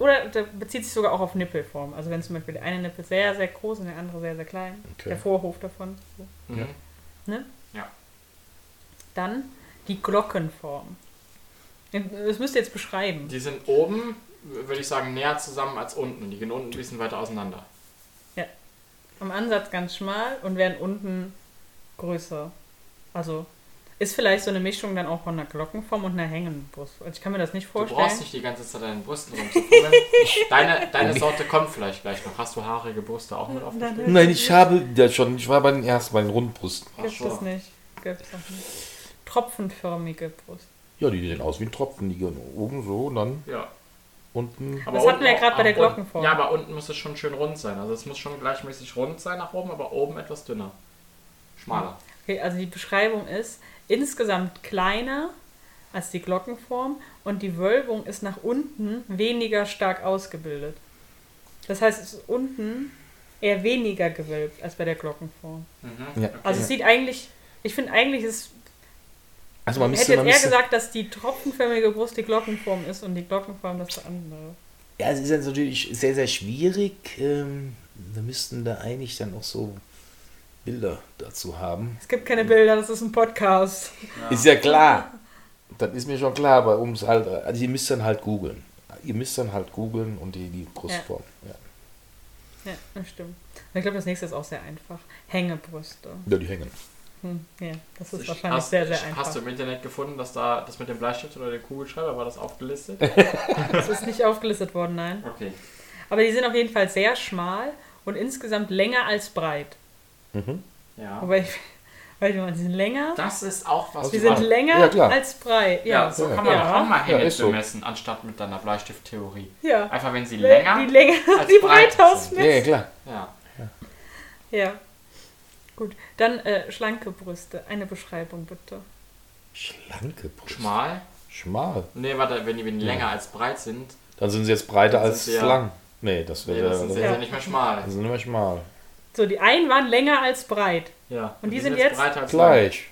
Speaker 4: Oder da bezieht sich sogar auch auf Nippelform. Also wenn zum Beispiel der eine Nippel sehr, sehr groß und der andere sehr, sehr klein.
Speaker 3: Okay.
Speaker 4: Der Vorhof davon. So.
Speaker 2: Mhm.
Speaker 3: Ja.
Speaker 4: Ne?
Speaker 2: Ja.
Speaker 4: Dann die Glockenform. Das müsst ihr jetzt beschreiben.
Speaker 2: Die sind oben, würde ich sagen, näher zusammen als unten. Die gehen unten ein bisschen weiter auseinander.
Speaker 4: Am Ansatz ganz schmal und werden unten größer. Also ist vielleicht so eine Mischung dann auch von einer Glockenform und einer hängenden Brust. Also ich kann mir das nicht
Speaker 2: Du brauchst
Speaker 4: vorstellen.
Speaker 2: nicht die ganze Zeit deine Brüsten rumzufummeln. deine, deine Sorte kommt vielleicht gleich noch. Hast du haarige Brüste auch mit aufgestellt?
Speaker 4: Mhm.
Speaker 3: Nein, ich habe das schon, ich war bei den ersten, bei den Rundbrust.
Speaker 2: Ach
Speaker 4: Gibt
Speaker 2: so.
Speaker 4: es nicht. Gibt es auch nicht. Tropfenförmige Brust.
Speaker 3: Ja, die sehen aus wie ein Tropfen, die gehen oben so und dann
Speaker 2: Ja.
Speaker 3: unten.
Speaker 2: Aber
Speaker 4: Das hatten wir ja
Speaker 2: auch-
Speaker 4: gerade bei der
Speaker 2: auch unten-
Speaker 4: Glockenform.
Speaker 2: Ja, aber unten muss es schon schön rund sein. Also es muss schon gleichmäßig rund sein nach oben, aber oben etwas dünner. Schmaler.
Speaker 4: Okay, also die Beschreibung ist insgesamt kleiner als die Glockenform und die Wölbung ist nach unten weniger stark ausgebildet. Das heißt, es ist unten eher weniger gewölbt als bei der Glockenform.
Speaker 2: Mhm.
Speaker 3: Ja.
Speaker 4: Also es sieht eigentlich, ich finde eigentlich, es
Speaker 3: Also man
Speaker 4: ich
Speaker 3: müsste,
Speaker 4: hätte jetzt
Speaker 3: man
Speaker 4: eher
Speaker 3: müsste,
Speaker 4: gesagt, dass die tropfenförmige Brust die Glockenform ist und die Glockenform das andere.
Speaker 3: ja, es ist jetzt natürlich sehr, sehr schwierig. Ähm, wir müssten da eigentlich dann auch so Bilder dazu haben.
Speaker 4: Es gibt keine Bilder, das ist ein Podcast.
Speaker 3: Ist ja klar. Das ist mir schon klar, aber ums halt, also ihr müsst dann halt googeln. Ihr müsst dann halt googeln und die, die Brustform. Ja.
Speaker 4: Ja, das stimmt. Und ich glaube, das nächste ist auch sehr einfach. Hängebrüste.
Speaker 3: ja, die hängen.
Speaker 4: Hm, ja, das ist
Speaker 2: Ich-
Speaker 4: wahrscheinlich
Speaker 2: hast,
Speaker 4: sehr, sehr
Speaker 2: ich-
Speaker 4: einfach.
Speaker 2: Hast du im Internet gefunden, dass da das mit dem Bleistift oder dem Kugelschreiber war das aufgelistet?
Speaker 4: Das ist nicht aufgelistet worden, nein.
Speaker 2: Okay.
Speaker 4: Aber die sind auf jeden Fall sehr schmal und insgesamt länger als breit.
Speaker 2: Ja.
Speaker 4: Wobei, ich, weil die sind länger,
Speaker 2: Das ist auch was.
Speaker 4: die
Speaker 2: man-
Speaker 4: sind länger
Speaker 3: Ja, klar.
Speaker 4: als breit. Ja,
Speaker 2: Also Ja, so
Speaker 3: Ja.
Speaker 2: kann man
Speaker 4: Ja.
Speaker 2: doch auch mal Hänge
Speaker 3: Ja, ist so.
Speaker 2: bemessen, anstatt mit deiner Bleistifttheorie.
Speaker 4: ja.
Speaker 2: Einfach wenn sie länger.
Speaker 4: die länger,
Speaker 2: als
Speaker 4: die
Speaker 2: breit
Speaker 4: breit ausmessen.
Speaker 3: Ja, ja, klar.
Speaker 2: Ja.
Speaker 4: Ja. Gut, dann äh, schlanke Brüste. Eine Beschreibung bitte.
Speaker 3: Schlanke Brust.
Speaker 2: Schmal.
Speaker 3: Schmal.
Speaker 2: Nee, warte, wenn die, wenn die länger als breit sind,
Speaker 3: Dann sind sie jetzt breiter
Speaker 2: Dann
Speaker 3: als
Speaker 2: sind sie ja-
Speaker 3: lang. Nee, das
Speaker 2: nee,
Speaker 3: wäre.
Speaker 2: das
Speaker 3: das
Speaker 2: sind
Speaker 3: sind
Speaker 2: sie
Speaker 4: Ja.
Speaker 2: ja nicht mehr schmal.
Speaker 3: sind immer schmal.
Speaker 4: So, die einen waren länger als breit.
Speaker 2: Ja.
Speaker 4: Und die sind jetzt
Speaker 2: breiter als
Speaker 3: Gleich.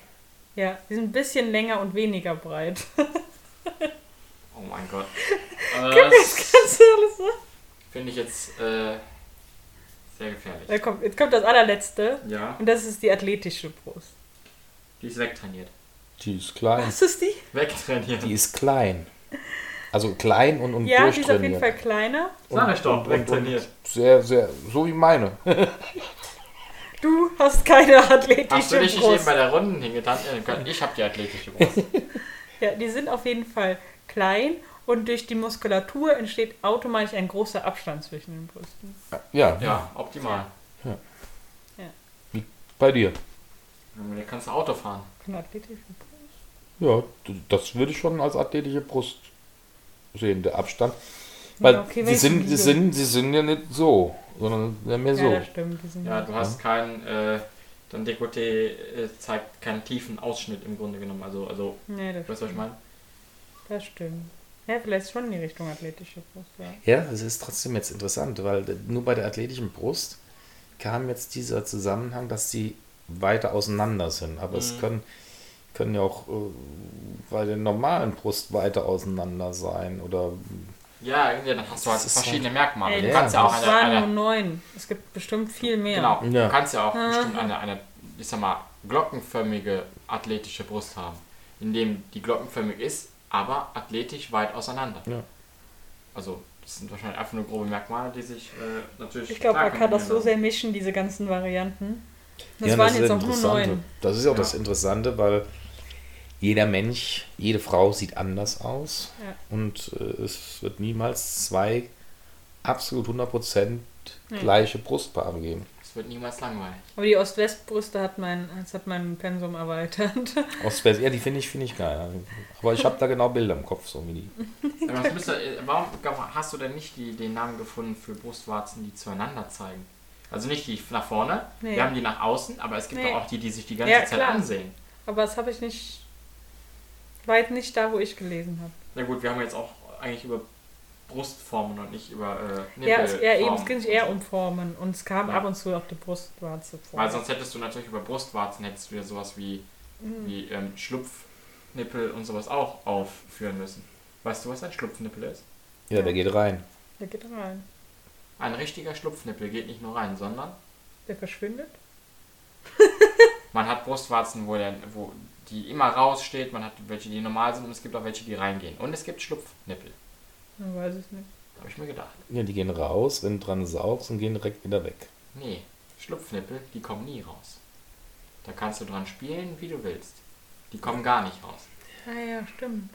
Speaker 4: Ja, die sind ein bisschen länger und weniger breit.
Speaker 2: lang. Oh mein Gott. Aber das
Speaker 4: Kannst du alles sagen?
Speaker 2: finde ich jetzt äh, sehr gefährlich.
Speaker 4: Da kommt, jetzt kommt das allerletzte.
Speaker 2: Ja.
Speaker 4: Und das ist die athletische Brust.
Speaker 2: Die ist wegtrainiert.
Speaker 3: Die ist klein.
Speaker 4: Was ist die?
Speaker 2: Wegtrainiert.
Speaker 3: Die ist klein. Also klein und, und
Speaker 4: Ja, die ist auf
Speaker 3: durchtrainiert.
Speaker 4: jeden Fall kleiner.
Speaker 2: Sag ich doch,
Speaker 3: und- und-
Speaker 2: wegtrainiert.
Speaker 3: Sehr, sehr, so wie meine.
Speaker 4: Du hast keine athletische
Speaker 2: Hast du dich nicht eben
Speaker 4: Brust.
Speaker 2: bei der Runden hingetan? Ja, dann kann- Ich habe die athletische Brust.
Speaker 4: Ja, die sind auf jeden Fall klein und durch die Muskulatur entsteht automatisch ein großer Abstand zwischen den Brüsten.
Speaker 3: Ja,
Speaker 2: Ja, optimal.
Speaker 3: Bei dir.
Speaker 2: Da kannst du Auto fahren.
Speaker 4: Keine athletische Brust.
Speaker 3: Ja, d- das würde ich schon als athletische Brust sehen, der Abstand.
Speaker 4: Ja,
Speaker 3: Weil
Speaker 4: okay,
Speaker 3: sie,
Speaker 4: welche
Speaker 3: sind, sie,
Speaker 4: Liga?
Speaker 3: sind, sie sind ja nicht so, sondern ja mehr
Speaker 4: Ja,
Speaker 3: so.
Speaker 4: das stimmt. Die sind
Speaker 2: Ja, du hast keinen, äh, dein Dekolleté äh, zeigt keinen tiefen Ausschnitt im Grunde genommen. Also, also,
Speaker 4: Nee,
Speaker 2: weißt
Speaker 4: das
Speaker 2: du, was ich
Speaker 4: stimmt.
Speaker 2: meine?
Speaker 4: Das stimmt. Ja, vielleicht schon in die Richtung athletische Brust, ja.
Speaker 3: Ja, es ist trotzdem jetzt interessant, weil nur bei der athletischen Brust kam jetzt dieser Zusammenhang, dass sie weiter auseinander sind. Aber es
Speaker 2: Mhm.
Speaker 3: können, können ja auch äh, bei der normalen Brust weiter auseinander sein. Oder
Speaker 2: Ja, irgendwie, dann hast du halt
Speaker 3: Das ist so-
Speaker 2: verschiedene Merkmale. Du
Speaker 3: Ja,
Speaker 2: kannst ja auch
Speaker 3: das-
Speaker 4: Es
Speaker 2: eine,
Speaker 4: waren nur
Speaker 2: eine
Speaker 4: neun. Es gibt bestimmt viel mehr.
Speaker 2: genau,
Speaker 3: Ja.
Speaker 2: du kannst ja auch
Speaker 4: Ah.
Speaker 2: bestimmt eine, eine, ich sag mal, glockenförmige athletische Brust haben, indem die glockenförmig ist, aber athletisch weit auseinander.
Speaker 3: Ja.
Speaker 2: Also, das sind wahrscheinlich einfach nur grobe Merkmale, die sich äh, natürlich.
Speaker 4: Ich glaube,
Speaker 2: klar
Speaker 4: man kann das so
Speaker 2: kombinieren
Speaker 4: sehr mischen, diese ganzen Varianten. Das
Speaker 3: Ja,
Speaker 4: waren
Speaker 3: ist
Speaker 4: jetzt
Speaker 3: das
Speaker 4: auch nur
Speaker 3: Interessante.
Speaker 4: neun.
Speaker 3: Das ist ja auch
Speaker 2: Ja.
Speaker 3: das Interessante, weil jeder Mensch, jede Frau sieht anders aus.
Speaker 4: Ja.
Speaker 3: Und äh, es wird niemals zwei absolut 100%
Speaker 4: Nee.
Speaker 3: gleiche Brustpaare geben.
Speaker 2: lassen. Es wird niemals langweilig.
Speaker 4: Aber die Ost-West-Brüste hat mein, das hat mein Pensum erweitert.
Speaker 3: Aus Vers ja, die finde ich, finde ich geil. Aber ich habe da genau Bilder im Kopf, so wie die.
Speaker 2: Aber das müsste, äh, warum hast du denn nicht die, den Namen gefunden für Brustwarzen, die zueinander zeigen? Also nicht die nach vorne,
Speaker 4: Nee.
Speaker 2: wir haben die nach außen, aber es gibt
Speaker 4: Nee.
Speaker 2: doch auch die, die sich die ganze
Speaker 4: Ja,
Speaker 2: Zeit
Speaker 4: klar.
Speaker 2: ansehen.
Speaker 4: Aber das habe ich nicht. Weit nicht da, wo ich gelesen habe.
Speaker 2: Na gut, wir haben jetzt auch eigentlich über Brustformen und nicht über äh,
Speaker 4: Ja, es, ja, eben,
Speaker 2: Nippelformen
Speaker 4: es ging
Speaker 2: und
Speaker 4: eher
Speaker 2: so.
Speaker 4: um Formen. Und es kam
Speaker 2: Ja.
Speaker 4: ab und zu auch die Brustwarze vor.
Speaker 2: Weil sonst hättest du natürlich über Brustwarzen hättest du ja sowas wie,
Speaker 4: Mhm. Hm,
Speaker 2: wie ähm, Schlupfnippel und sowas auch aufführen müssen. Weißt du, was ein Schlupfnippel ist?
Speaker 3: Ja, der geht rein.
Speaker 4: Der geht rein.
Speaker 2: Ein richtiger Schlupfnippel geht nicht nur rein, sondern
Speaker 4: Der verschwindet.
Speaker 2: Man hat Brustwarzen, wo, der, wo die immer raussteht, man hat welche, die normal sind und es gibt auch welche, die reingehen. Und es gibt Schlupfnippel.
Speaker 4: Man weiß es nicht.
Speaker 2: Habe ich mir gedacht.
Speaker 3: Ja, die gehen raus, wenn du dran saugst und gehen direkt wieder weg.
Speaker 2: Nee, Schlupfnippel, die kommen nie raus. Da kannst du dran spielen, wie du willst. Die kommen gar nicht raus.
Speaker 4: Ah ja, stimmt.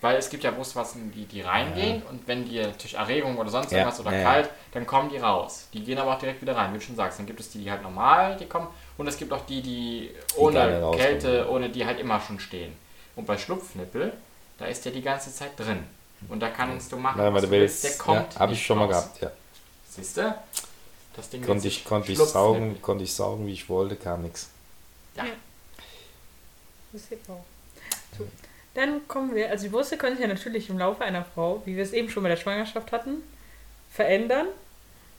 Speaker 2: Weil es gibt ja Brustwarzen, die, die reingehen und wenn die natürlich Erregung oder sonst
Speaker 3: Ja,
Speaker 2: irgendwas oder
Speaker 3: ja, ja.
Speaker 2: kalt, dann kommen die raus. Die gehen aber auch direkt wieder rein, wie du schon sagst. Dann gibt es die, die halt normal, die kommen und es gibt auch die, die
Speaker 3: gar
Speaker 2: ohne
Speaker 3: nicht rauskommen.
Speaker 2: Kälte, ohne die halt immer schon stehen. Und bei Schlupfnippel, da ist der die ganze Zeit drin. Und da kannst du machen,
Speaker 3: Nein, weil
Speaker 2: was
Speaker 3: du
Speaker 2: du
Speaker 3: willst.
Speaker 2: willst, der kommt.
Speaker 3: ja, habe ich schon mal gehabt, ja.
Speaker 2: Siehst du? Das Ding nennt
Speaker 3: Konnte
Speaker 2: sich
Speaker 3: ich, konnte ich
Speaker 2: Schlupfnippel.
Speaker 3: saugen, konnte ich saugen, wie ich wollte, kam nichts.
Speaker 4: Das sieht man auch. So. Dann kommen wir, also die Brüste können sich ja natürlich im Laufe einer Frau, wie wir es eben schon bei der Schwangerschaft hatten, verändern.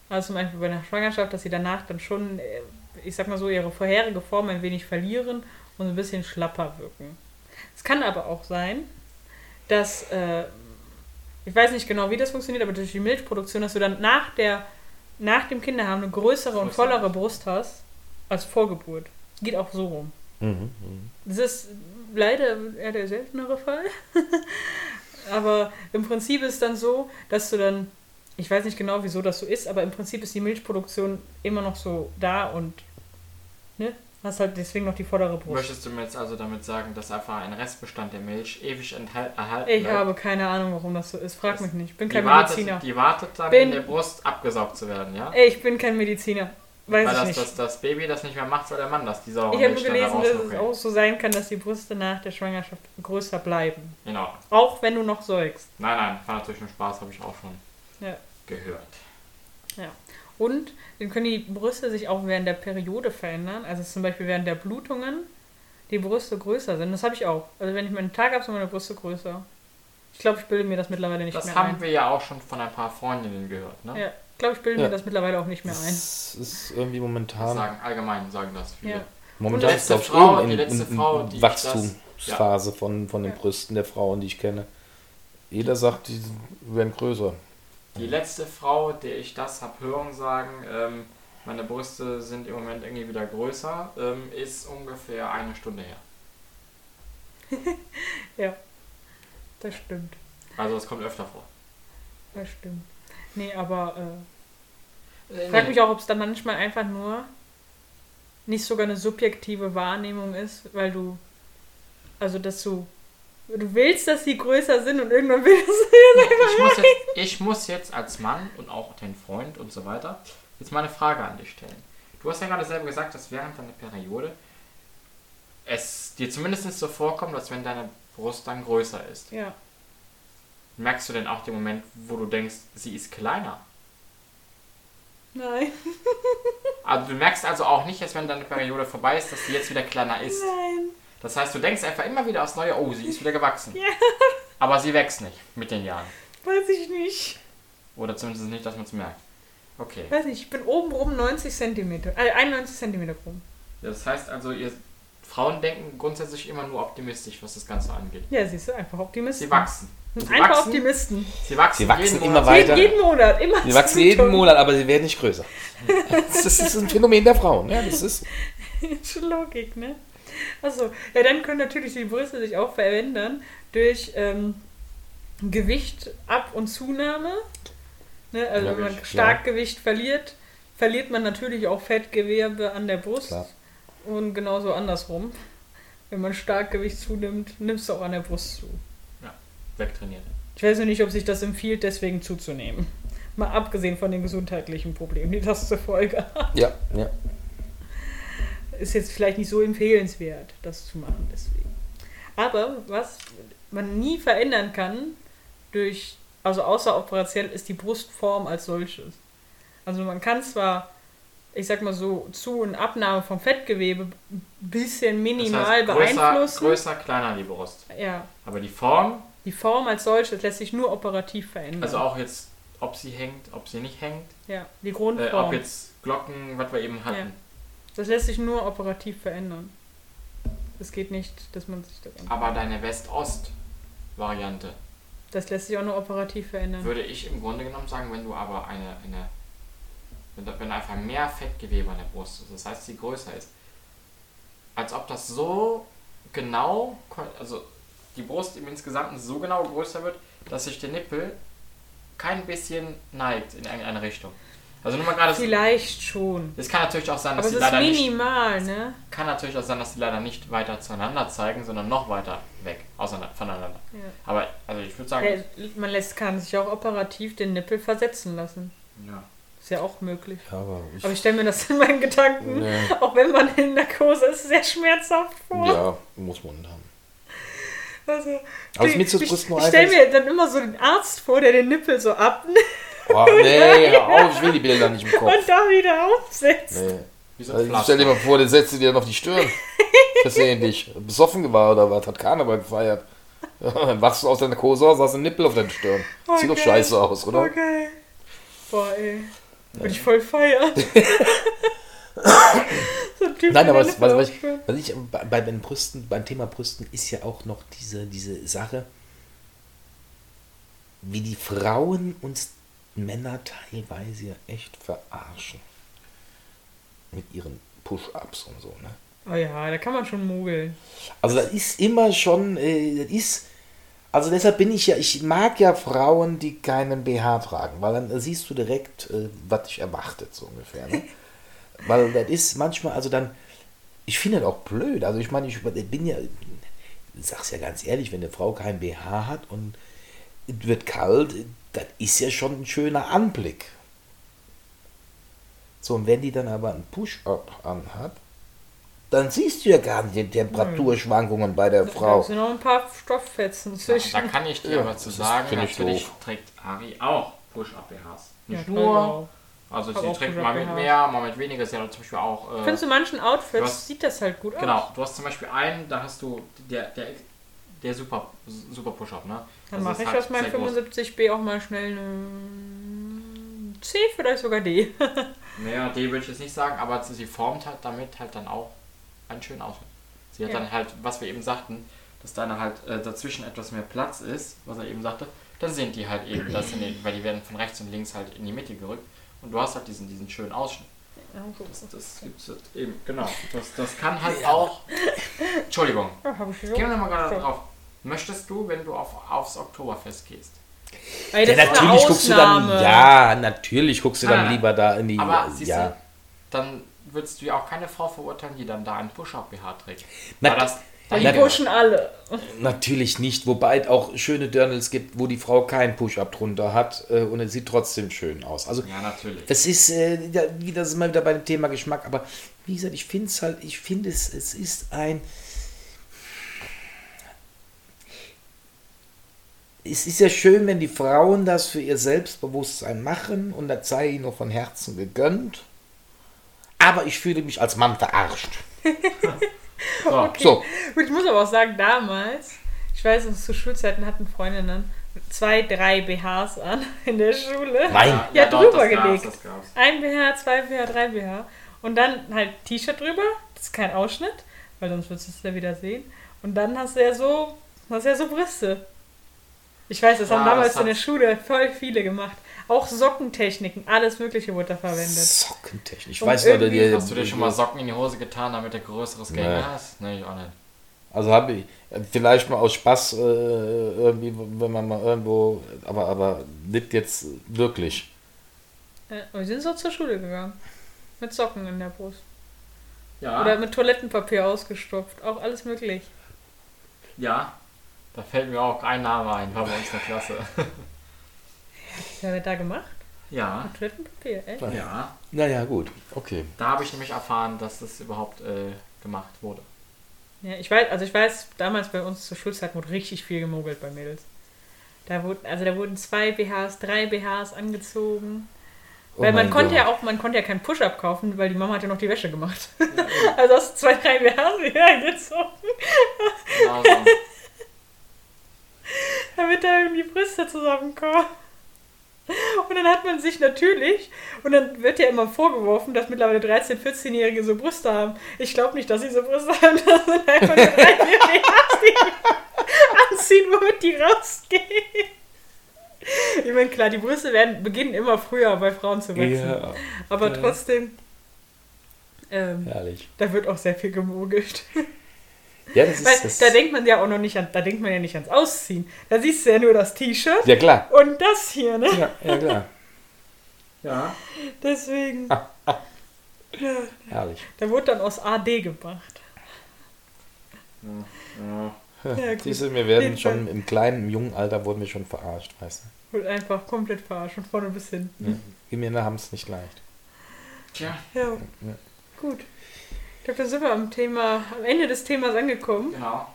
Speaker 4: Also zum Beispiel bei der Schwangerschaft, dass sie danach dann schon, äh, ich sag mal so, ihre vorherige Form ein wenig verlieren und ein bisschen schlapper wirken. Es kann aber auch sein, dass, äh, ich weiß nicht genau, wie das funktioniert, aber durch die Milchproduktion, dass du dann nach, der, nach dem Kinderhaben eine größere und
Speaker 2: Größer.
Speaker 4: vollere Brust hast als vor Geburt. Geht auch so rum.
Speaker 3: Mhm. mhm.
Speaker 4: Das ist leider eher der seltenere Fall. aber im Prinzip ist dann so, dass du dann, ich weiß nicht genau, wieso das so ist, aber im Prinzip ist die Milchproduktion immer noch so da und ne, hast halt deswegen noch die vordere Brust.
Speaker 2: Möchtest du mir jetzt also damit sagen, dass einfach ein Restbestand der Milch ewig enthal- erhalten
Speaker 4: Ich
Speaker 2: bleibt?
Speaker 4: habe keine Ahnung, warum das so ist. Frag
Speaker 2: Das-
Speaker 4: mich nicht. Ich bin
Speaker 2: Die
Speaker 4: kein
Speaker 2: wartet,
Speaker 4: Mediziner.
Speaker 2: die wartet dann
Speaker 4: Bin-
Speaker 2: in der Brust abgesaugt zu werden, ja?
Speaker 4: Ey, ich bin kein Mediziner. Weiß
Speaker 2: Weil
Speaker 4: ich
Speaker 2: das,
Speaker 4: nicht.
Speaker 2: das, das Baby das nicht mehr macht, soll der Mann das, die saure
Speaker 4: ich habe nur
Speaker 2: Milch dann da
Speaker 4: gelesen, dass es
Speaker 2: rausholt.
Speaker 4: auch so sein kann, dass die Brüste nach der Schwangerschaft größer bleiben.
Speaker 2: Genau.
Speaker 4: Auch wenn du noch säugst.
Speaker 2: Nein, nein, war natürlich nur Spaß, habe ich auch schon
Speaker 4: Ja.
Speaker 2: gehört.
Speaker 4: Und dann können die Brüste sich auch während der Periode verändern. Also zum Beispiel während der Blutungen die Brüste größer sind. Das habe ich auch. Also wenn ich meinen Tag habe, sind meine Brüste größer. Ich glaube, ich bilde mir das mittlerweile nicht
Speaker 2: das
Speaker 4: mehr
Speaker 2: haben
Speaker 4: ein.
Speaker 2: wir ja auch schon von ein paar Freundinnen gehört, ne?
Speaker 4: Ja, ich glaube, ich bilde
Speaker 3: Ja.
Speaker 4: mir das mittlerweile auch nicht mehr ein.
Speaker 3: Das ist irgendwie
Speaker 2: Das
Speaker 3: momentan.
Speaker 2: sagen, allgemein sagen das viele.
Speaker 4: Ja.
Speaker 3: Momentan
Speaker 2: Die
Speaker 3: ist glaube
Speaker 2: letzte
Speaker 3: ich
Speaker 2: Frau,
Speaker 3: eh
Speaker 2: die
Speaker 3: in, in,
Speaker 2: letzte
Speaker 3: in
Speaker 2: Frau, die ich
Speaker 3: Wachstumsphase von, von den
Speaker 4: Ja.
Speaker 3: Brüsten der Frauen, die ich kenne. Jeder sagt, die werden größer.
Speaker 2: Die letzte Frau, der ich das hab hören sagen, ähm, meine Brüste sind im Moment irgendwie wieder größer, ähm, ist ungefähr eine Stunde her.
Speaker 4: Das stimmt.
Speaker 2: Also das kommt öfter vor.
Speaker 4: Das stimmt. Nee, aber äh,
Speaker 2: Äh,
Speaker 4: frag
Speaker 2: nee.
Speaker 4: mich auch, ob es dann manchmal einfach nur nicht sogar eine subjektive Wahrnehmung ist, weil du. Also, dass du. Du willst, dass sie größer sind und irgendwann willst du sie
Speaker 2: ich, muss jetzt, ich muss jetzt als Mann und auch den Freund und so weiter jetzt mal eine Frage an dich stellen. Du hast ja gerade selber gesagt, dass während deiner Periode es dir zumindest so vorkommt, als wenn deine Brust dann größer ist.
Speaker 4: Ja.
Speaker 2: Merkst du denn auch den Moment, wo du denkst, sie ist kleiner?
Speaker 4: Nein.
Speaker 2: Also du merkst also auch nicht, als wenn deine Periode vorbei ist, dass sie jetzt wieder kleiner ist.
Speaker 4: Nein.
Speaker 2: Das heißt, du denkst einfach immer wieder aufs Neue, oh, sie ist wieder gewachsen.
Speaker 4: Ja.
Speaker 2: Aber sie wächst nicht mit den Jahren.
Speaker 4: Weiß ich nicht.
Speaker 2: Oder zumindest nicht, dass man es merkt. Okay.
Speaker 4: Weiß nicht, ich bin oben rum 90 cm. Äh, 91 cm rum.
Speaker 2: Das heißt also, ihr Frauen denken grundsätzlich immer nur optimistisch, was das Ganze angeht.
Speaker 4: Ja, siehst du, einfach Optimisten.
Speaker 2: Sie wachsen. Sie
Speaker 4: einfach
Speaker 2: wachsen,
Speaker 4: Optimisten.
Speaker 2: sie wachsen,
Speaker 3: Sie wachsen
Speaker 2: jeden
Speaker 3: immer
Speaker 2: Monat.
Speaker 4: Jeden,
Speaker 3: weiter.
Speaker 4: jeden Monat, immer.
Speaker 3: Sie wachsen jeden Monat, aber sie werden nicht größer. Das ist, das ist ein Phänomen der Frauen. Ja, das ist,
Speaker 4: Schon Logik, ne? Achso, ja, dann können natürlich die Brüste sich auch verändern durch ähm, Gewicht, Ab- und Zunahme. Ne? Also, wenn man
Speaker 2: Logisch,
Speaker 4: stark Gewicht verliert, verliert man natürlich auch Fettgewebe an der Brust.
Speaker 3: Klar.
Speaker 4: Und genauso andersrum. Wenn man stark Gewicht zunimmt, nimmst du auch an der Brust zu.
Speaker 2: Wegtrainiert.
Speaker 4: Ich weiß noch nicht, ob sich das empfiehlt, deswegen zuzunehmen. Mal abgesehen von den gesundheitlichen Problemen, die das zur Folge hat.
Speaker 3: ja, ja.
Speaker 4: ist jetzt vielleicht nicht so empfehlenswert, das zu machen, deswegen. Aber was man nie verändern kann, durch, also außer operationell, ist die Brustform als solches. Also man kann zwar, ich sag mal so, Zu- und Abnahme vom Fettgewebe ein bisschen
Speaker 2: Das
Speaker 4: minimal
Speaker 2: heißt, größer,
Speaker 4: beeinflussen.
Speaker 2: größer, kleiner die Brust.
Speaker 4: Ja,
Speaker 2: Aber die Form,
Speaker 4: die Form als solches lässt sich nur operativ verändern.
Speaker 2: also auch jetzt, ob sie hängt, ob sie nicht hängt,
Speaker 4: ja, die
Speaker 2: äh,
Speaker 4: Grundform.
Speaker 2: ob jetzt Glocken, was wir eben hatten.
Speaker 4: das lässt sich nur operativ verändern. Es geht nicht, dass man sich das ändert.
Speaker 2: Aber deine West-Ost-Variante
Speaker 4: Das lässt sich auch nur operativ verändern.
Speaker 2: würde ich im Grunde genommen sagen, wenn du aber eine, eine wenn, da- wenn einfach mehr Fettgewebe an der Brust ist, das heißt, sie größer ist, als ob das so genau, kon- also die Brust im Insgesamten so genau größer wird, dass sich der Nippel kein bisschen neigt in irgendeine Richtung. Also nur mal gerade, das-
Speaker 4: Vielleicht schon.
Speaker 2: es kann natürlich auch sein,
Speaker 4: Aber
Speaker 2: dass
Speaker 4: es
Speaker 2: die
Speaker 4: ist
Speaker 2: leider nicht,
Speaker 4: minimal, ne?
Speaker 2: kann natürlich auch sein, dass die leider nicht weiter zueinander zeigen, sondern noch weiter weg auseinander, voneinander.
Speaker 4: Ja.
Speaker 2: Aber also ich würde sagen,
Speaker 4: Ja, Man lässt, kann sich auch operativ den Nippel versetzen lassen.
Speaker 2: ja.
Speaker 4: Ist ja auch möglich.
Speaker 3: Aber
Speaker 4: Aber ich stelle mir das in meinen Gedanken,
Speaker 3: Nee.
Speaker 4: auch wenn man in Narkose ist, sehr schmerzhaft vor.
Speaker 3: ja, muss man haben.
Speaker 4: Also,
Speaker 3: Aber es
Speaker 4: die-
Speaker 3: mir zu
Speaker 4: ich
Speaker 3: Brust nur
Speaker 4: ich
Speaker 3: einfach
Speaker 4: stelle mir dann immer so den Arzt vor, der den Nippel so abnimmt
Speaker 3: Oh, nee, hör auf, ich will die Bilder nicht im Kopf.
Speaker 4: und da wieder aufsetzt.
Speaker 3: Nee.
Speaker 2: wie so ein
Speaker 3: Also,
Speaker 2: Pflaster.
Speaker 3: stell dir mal vor, der setzt dir dann auf die Stirn. Versehentlich. Besoffen war oder was? Hat Karneval gefeiert. Ja, Dann wachst du aus der Narkose aus, hast einen Nippel auf deiner Stirn. Sieht doch
Speaker 4: Okay.
Speaker 3: scheiße aus, oder?
Speaker 4: Okay. Boah, ey. Würde ich voll feiern. so ein Typ
Speaker 3: Nein,
Speaker 4: der
Speaker 3: aber
Speaker 4: den
Speaker 3: was, was,
Speaker 4: Nippel
Speaker 3: was ich,
Speaker 4: aufschwimmt.
Speaker 3: was ich bei, bei den Brüsten, beim Thema Brüsten ist ja auch noch diese, diese Sache, wie die Frauen uns Männer teilweise ja echt verarschen. Mit ihren Push-Ups und so, ne?
Speaker 4: Oh ja, da kann man schon mogeln.
Speaker 3: Also das ist immer schon, äh, das ist, also deshalb bin ich ja, ich mag ja Frauen, die keinen BH tragen, weil dann siehst du direkt, äh, was dich erwartet, so ungefähr. Ne? weil das ist manchmal, also dann, ich finde das auch blöd, also ich meine, ich bin ja, ich sag's ja ganz ehrlich, wenn eine Frau keinen BH hat und es wird kalt, das ist ja schon ein schöner Anblick. So, und wenn die dann aber einen Push-Up anhat, dann siehst du ja gar nicht die Temperaturschwankungen bei der
Speaker 4: Da
Speaker 3: Frau.
Speaker 4: sind noch ein paar Stofffetzen zwischen.
Speaker 2: Da kann ich dir
Speaker 3: Ja,
Speaker 2: aber zu
Speaker 3: das
Speaker 2: sagen,
Speaker 3: find ich
Speaker 2: natürlich
Speaker 3: doof.
Speaker 2: trägt Ari auch Push-Up-BHs.
Speaker 4: Ja,
Speaker 2: Nicht
Speaker 4: trage ich
Speaker 2: nur,
Speaker 4: auch.
Speaker 2: also
Speaker 4: Hab
Speaker 2: sie
Speaker 4: auch
Speaker 2: trägt mal mit
Speaker 4: Push-Up-BHs.
Speaker 2: mehr, mal mit weniger. Sie hat zum Beispiel auch. Äh,
Speaker 4: Findest du manchen Outfits
Speaker 2: was-
Speaker 4: sieht das halt gut aus?
Speaker 2: genau, du hast zum Beispiel einen, da hast du der, der, der super, super Push-Up, ne?
Speaker 4: Dann
Speaker 2: Also
Speaker 4: mache
Speaker 2: ist
Speaker 4: ich
Speaker 2: halt
Speaker 4: aus meinem
Speaker 2: sehr groß.
Speaker 4: 75B auch mal schnell eine C, vielleicht sogar D.
Speaker 2: Naja, D würde ich jetzt nicht sagen, aber sie sie formt halt damit halt dann auch einen schönen Ausschnitt. Sie hat
Speaker 4: Ja.
Speaker 2: dann halt, was wir eben sagten, dass dann halt äh, dazwischen etwas mehr Platz ist, was er eben sagte, dann sind die halt eben, das in den, weil die werden von rechts und links halt in die Mitte gerückt und du hast halt diesen, diesen schönen Ausschnitt. Das, das gibt's halt eben, genau. Das, das kann halt auch. Entschuldigung,
Speaker 4: Ja, hab ich schon.
Speaker 2: gehen wir mal gerade
Speaker 4: Schon.
Speaker 2: drauf. Möchtest du, wenn du auf, aufs Oktoberfest gehst?
Speaker 4: Ey,
Speaker 3: Ja,
Speaker 4: das ist eine
Speaker 3: natürlich guckst du dann,
Speaker 4: Ausnahme.
Speaker 3: ja, natürlich guckst du dann
Speaker 2: Ah,
Speaker 3: lieber da in die,
Speaker 2: Aber siehst
Speaker 3: Äh, ja.
Speaker 2: du, dann würdest du ja auch keine Frau verurteilen, die dann da einen Push-Up-BH trägt.
Speaker 3: Na,
Speaker 2: Weil das,
Speaker 4: Weil
Speaker 3: Ja,
Speaker 4: die pushen alle.
Speaker 3: Natürlich nicht, wobei es auch schöne Dirndls gibt, wo die Frau keinen Push-Up drunter hat äh, und es sieht trotzdem schön aus. Also
Speaker 2: Ja, natürlich.
Speaker 3: das ist, äh, da- wie- das ist mal wieder bei dem Thema Geschmack, aber wie gesagt, ich finde es halt, ich finde es, es ist ein. Es ist ja schön, wenn die Frauen das für ihr Selbstbewusstsein machen und das sei ihnen auch von Herzen gegönnt. Aber ich fühle mich als Mann verarscht.
Speaker 2: So,
Speaker 3: So,
Speaker 4: Gut, ich muss aber auch sagen, damals, ich weiß noch, zu Schulzeiten hatten Freundinnen zwei, drei BHs an in der Schule.
Speaker 3: nein.
Speaker 4: Ja,
Speaker 2: doch,
Speaker 4: drüber
Speaker 2: das gab's,
Speaker 4: gelegt.
Speaker 2: das gab's.
Speaker 4: Ein BH, zwei BH, drei BH. Und dann halt T-Shirt drüber, das ist kein Ausschnitt, weil sonst würdest du es ja wieder sehen. Und dann hast du ja so, hast du ja so Brüste. Ich weiß, das
Speaker 2: Ja,
Speaker 4: haben damals
Speaker 2: das
Speaker 4: in der
Speaker 2: hat-
Speaker 4: Schule voll viele gemacht. Auch Sockentechniken, alles Mögliche wurde da verwendet.
Speaker 3: Sockentechnisch. Ich
Speaker 4: Und
Speaker 3: weiß noch, dass
Speaker 4: irgendwie-
Speaker 3: ihr-
Speaker 2: Hast du dir schon mal Socken in die Hose getan, damit du größeres Geld
Speaker 3: Ähm, äh, Nee.
Speaker 2: hast? Nee, ich auch nicht.
Speaker 3: Also habe ich äh, vielleicht mal aus Spaß äh, irgendwie, wenn man mal irgendwo, aber aber nicht jetzt wirklich.
Speaker 4: Ja, und Äh, wir sind so zur Schule gegangen. Mit Socken in der Brust.
Speaker 2: Ja,
Speaker 4: Oder mit Toilettenpapier ausgestopft. Auch alles möglich.
Speaker 2: ja. Da fällt mir auch ein Name ein, war bei uns in der Klasse.
Speaker 4: Was haben wir da gemacht?
Speaker 2: ja,
Speaker 4: Toilettenpapier, echt?
Speaker 2: ja.
Speaker 3: Naja, gut. Okay.
Speaker 2: Da habe ich nämlich erfahren, dass das überhaupt äh, gemacht wurde.
Speaker 4: Ja, ich weiß, also ich weiß, damals bei uns zur Schulzeit wurde richtig viel gemogelt bei Mädels. Da wurden, also da wurden zwei BHs, drei BHs angezogen.
Speaker 3: Oh
Speaker 4: weil man
Speaker 3: mein
Speaker 4: konnte
Speaker 3: Gott.
Speaker 4: ja auch, man konnte ja keinen Push-Up kaufen, weil die Mama hat ja noch die Wäsche gemacht. also hast du zwei, drei BHs wieder angezogen,
Speaker 2: Genau so.
Speaker 4: damit da irgendwie Brüste zusammenkommen. Und dann hat man sich natürlich, und dann wird ja immer vorgeworfen, dass mittlerweile 13-, 14-Jährige so Brüste haben. Ich glaube nicht, dass sie so Brüste haben. Das sind einfach nur drei, vier BHs, die die anziehen, womit die rausgehen. Ich meine, klar, die Brüste werden, beginnen immer früher bei Frauen zu wachsen.
Speaker 3: Ja,
Speaker 4: Aber trotzdem, ähm,
Speaker 3: herrlich.
Speaker 4: da wird auch sehr viel gemogelt.
Speaker 3: Ja, das
Speaker 4: Weil
Speaker 3: ist das.
Speaker 4: da denkt man ja auch noch nicht an, da denkt man ja nicht ans Ausziehen. Da siehst du ja nur das T-Shirt
Speaker 3: ja klar.
Speaker 4: und das hier, ne?
Speaker 3: Ja, ja klar.
Speaker 2: Ja.
Speaker 4: Deswegen,
Speaker 3: Ah. Herrlich.
Speaker 4: da wurde dann aus AD gemacht.
Speaker 2: ja.
Speaker 4: Ja, gut.
Speaker 3: Siehst du, wir werden
Speaker 4: Jeden Fall.
Speaker 3: schon im kleinen, im jungen Alter wurden wir schon verarscht, weißt du.
Speaker 4: Wurde einfach komplett verarscht, von vorne bis hinten.
Speaker 3: Wir Männer haben es nicht leicht.
Speaker 2: Tja,
Speaker 4: Ja, gut. Ich glaube, da sind wir am Thema, am Ende des Themas angekommen.
Speaker 2: genau.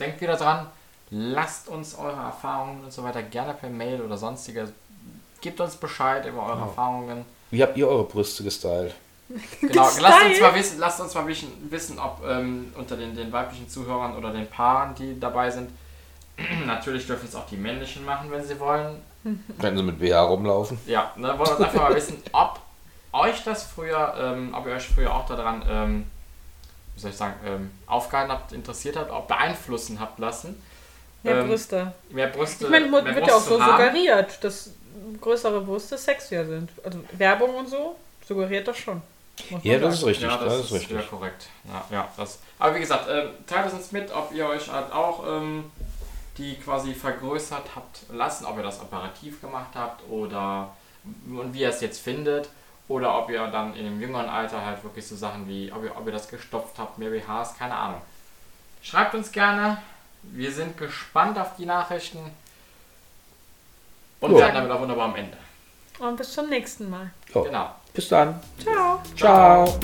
Speaker 2: Denkt wieder dran, lasst uns eure Erfahrungen und so weiter gerne per Mail oder sonstiges. Gebt uns Bescheid über eure Erfahrungen.
Speaker 3: Wie habt ihr eure Brüste gestylt?
Speaker 2: Genau,
Speaker 4: Gestylt?
Speaker 2: lasst uns mal wissen, lasst uns mal wissen, wissen ob ähm, unter den, den weiblichen Zuhörern oder den Paaren, die dabei sind, natürlich dürfen es auch die männlichen machen, wenn sie wollen.
Speaker 3: Können sie mit BH rumlaufen?
Speaker 2: Ja, ne, wollen uns einfach mal wissen, ob euch das früher, ähm, ob ihr euch früher auch daran, ähm, wie soll ich sagen, ähm, aufgehalten habt, interessiert habt, auch beeinflussen habt lassen.
Speaker 4: Ja,
Speaker 2: Ähm,
Speaker 4: Brüste.
Speaker 2: Mehr Brüste.
Speaker 4: Ich meine,
Speaker 2: mehr
Speaker 4: wird ja auch
Speaker 2: Brust
Speaker 4: so
Speaker 2: zu haben.
Speaker 4: suggeriert, dass größere Brüste sexier sind. Also Werbung und so suggeriert das schon. Muss man
Speaker 3: Ja, das
Speaker 4: sagen.
Speaker 3: ist richtig.
Speaker 2: Ja,
Speaker 3: das, ist richtig.
Speaker 2: wieder korrekt. Ja, ja, das. Aber wie gesagt, ähm, teilt es uns mit, ob ihr euch halt auch ähm, die quasi vergrößert habt lassen, ob ihr das operativ gemacht habt oder und wie ihr es jetzt findet. Oder ob ihr dann in dem jüngeren Alter halt wirklich so Sachen wie, ob ihr, ob ihr das gestopft habt, mehr BHs, keine Ahnung. Schreibt uns gerne. Wir sind gespannt auf die Nachrichten. Und
Speaker 3: Ja.
Speaker 2: werden damit auch wunderbar am Ende.
Speaker 4: Und bis zum nächsten Mal.
Speaker 3: Ja.
Speaker 2: Genau.
Speaker 3: Bis dann.
Speaker 4: Ciao.
Speaker 3: Ciao.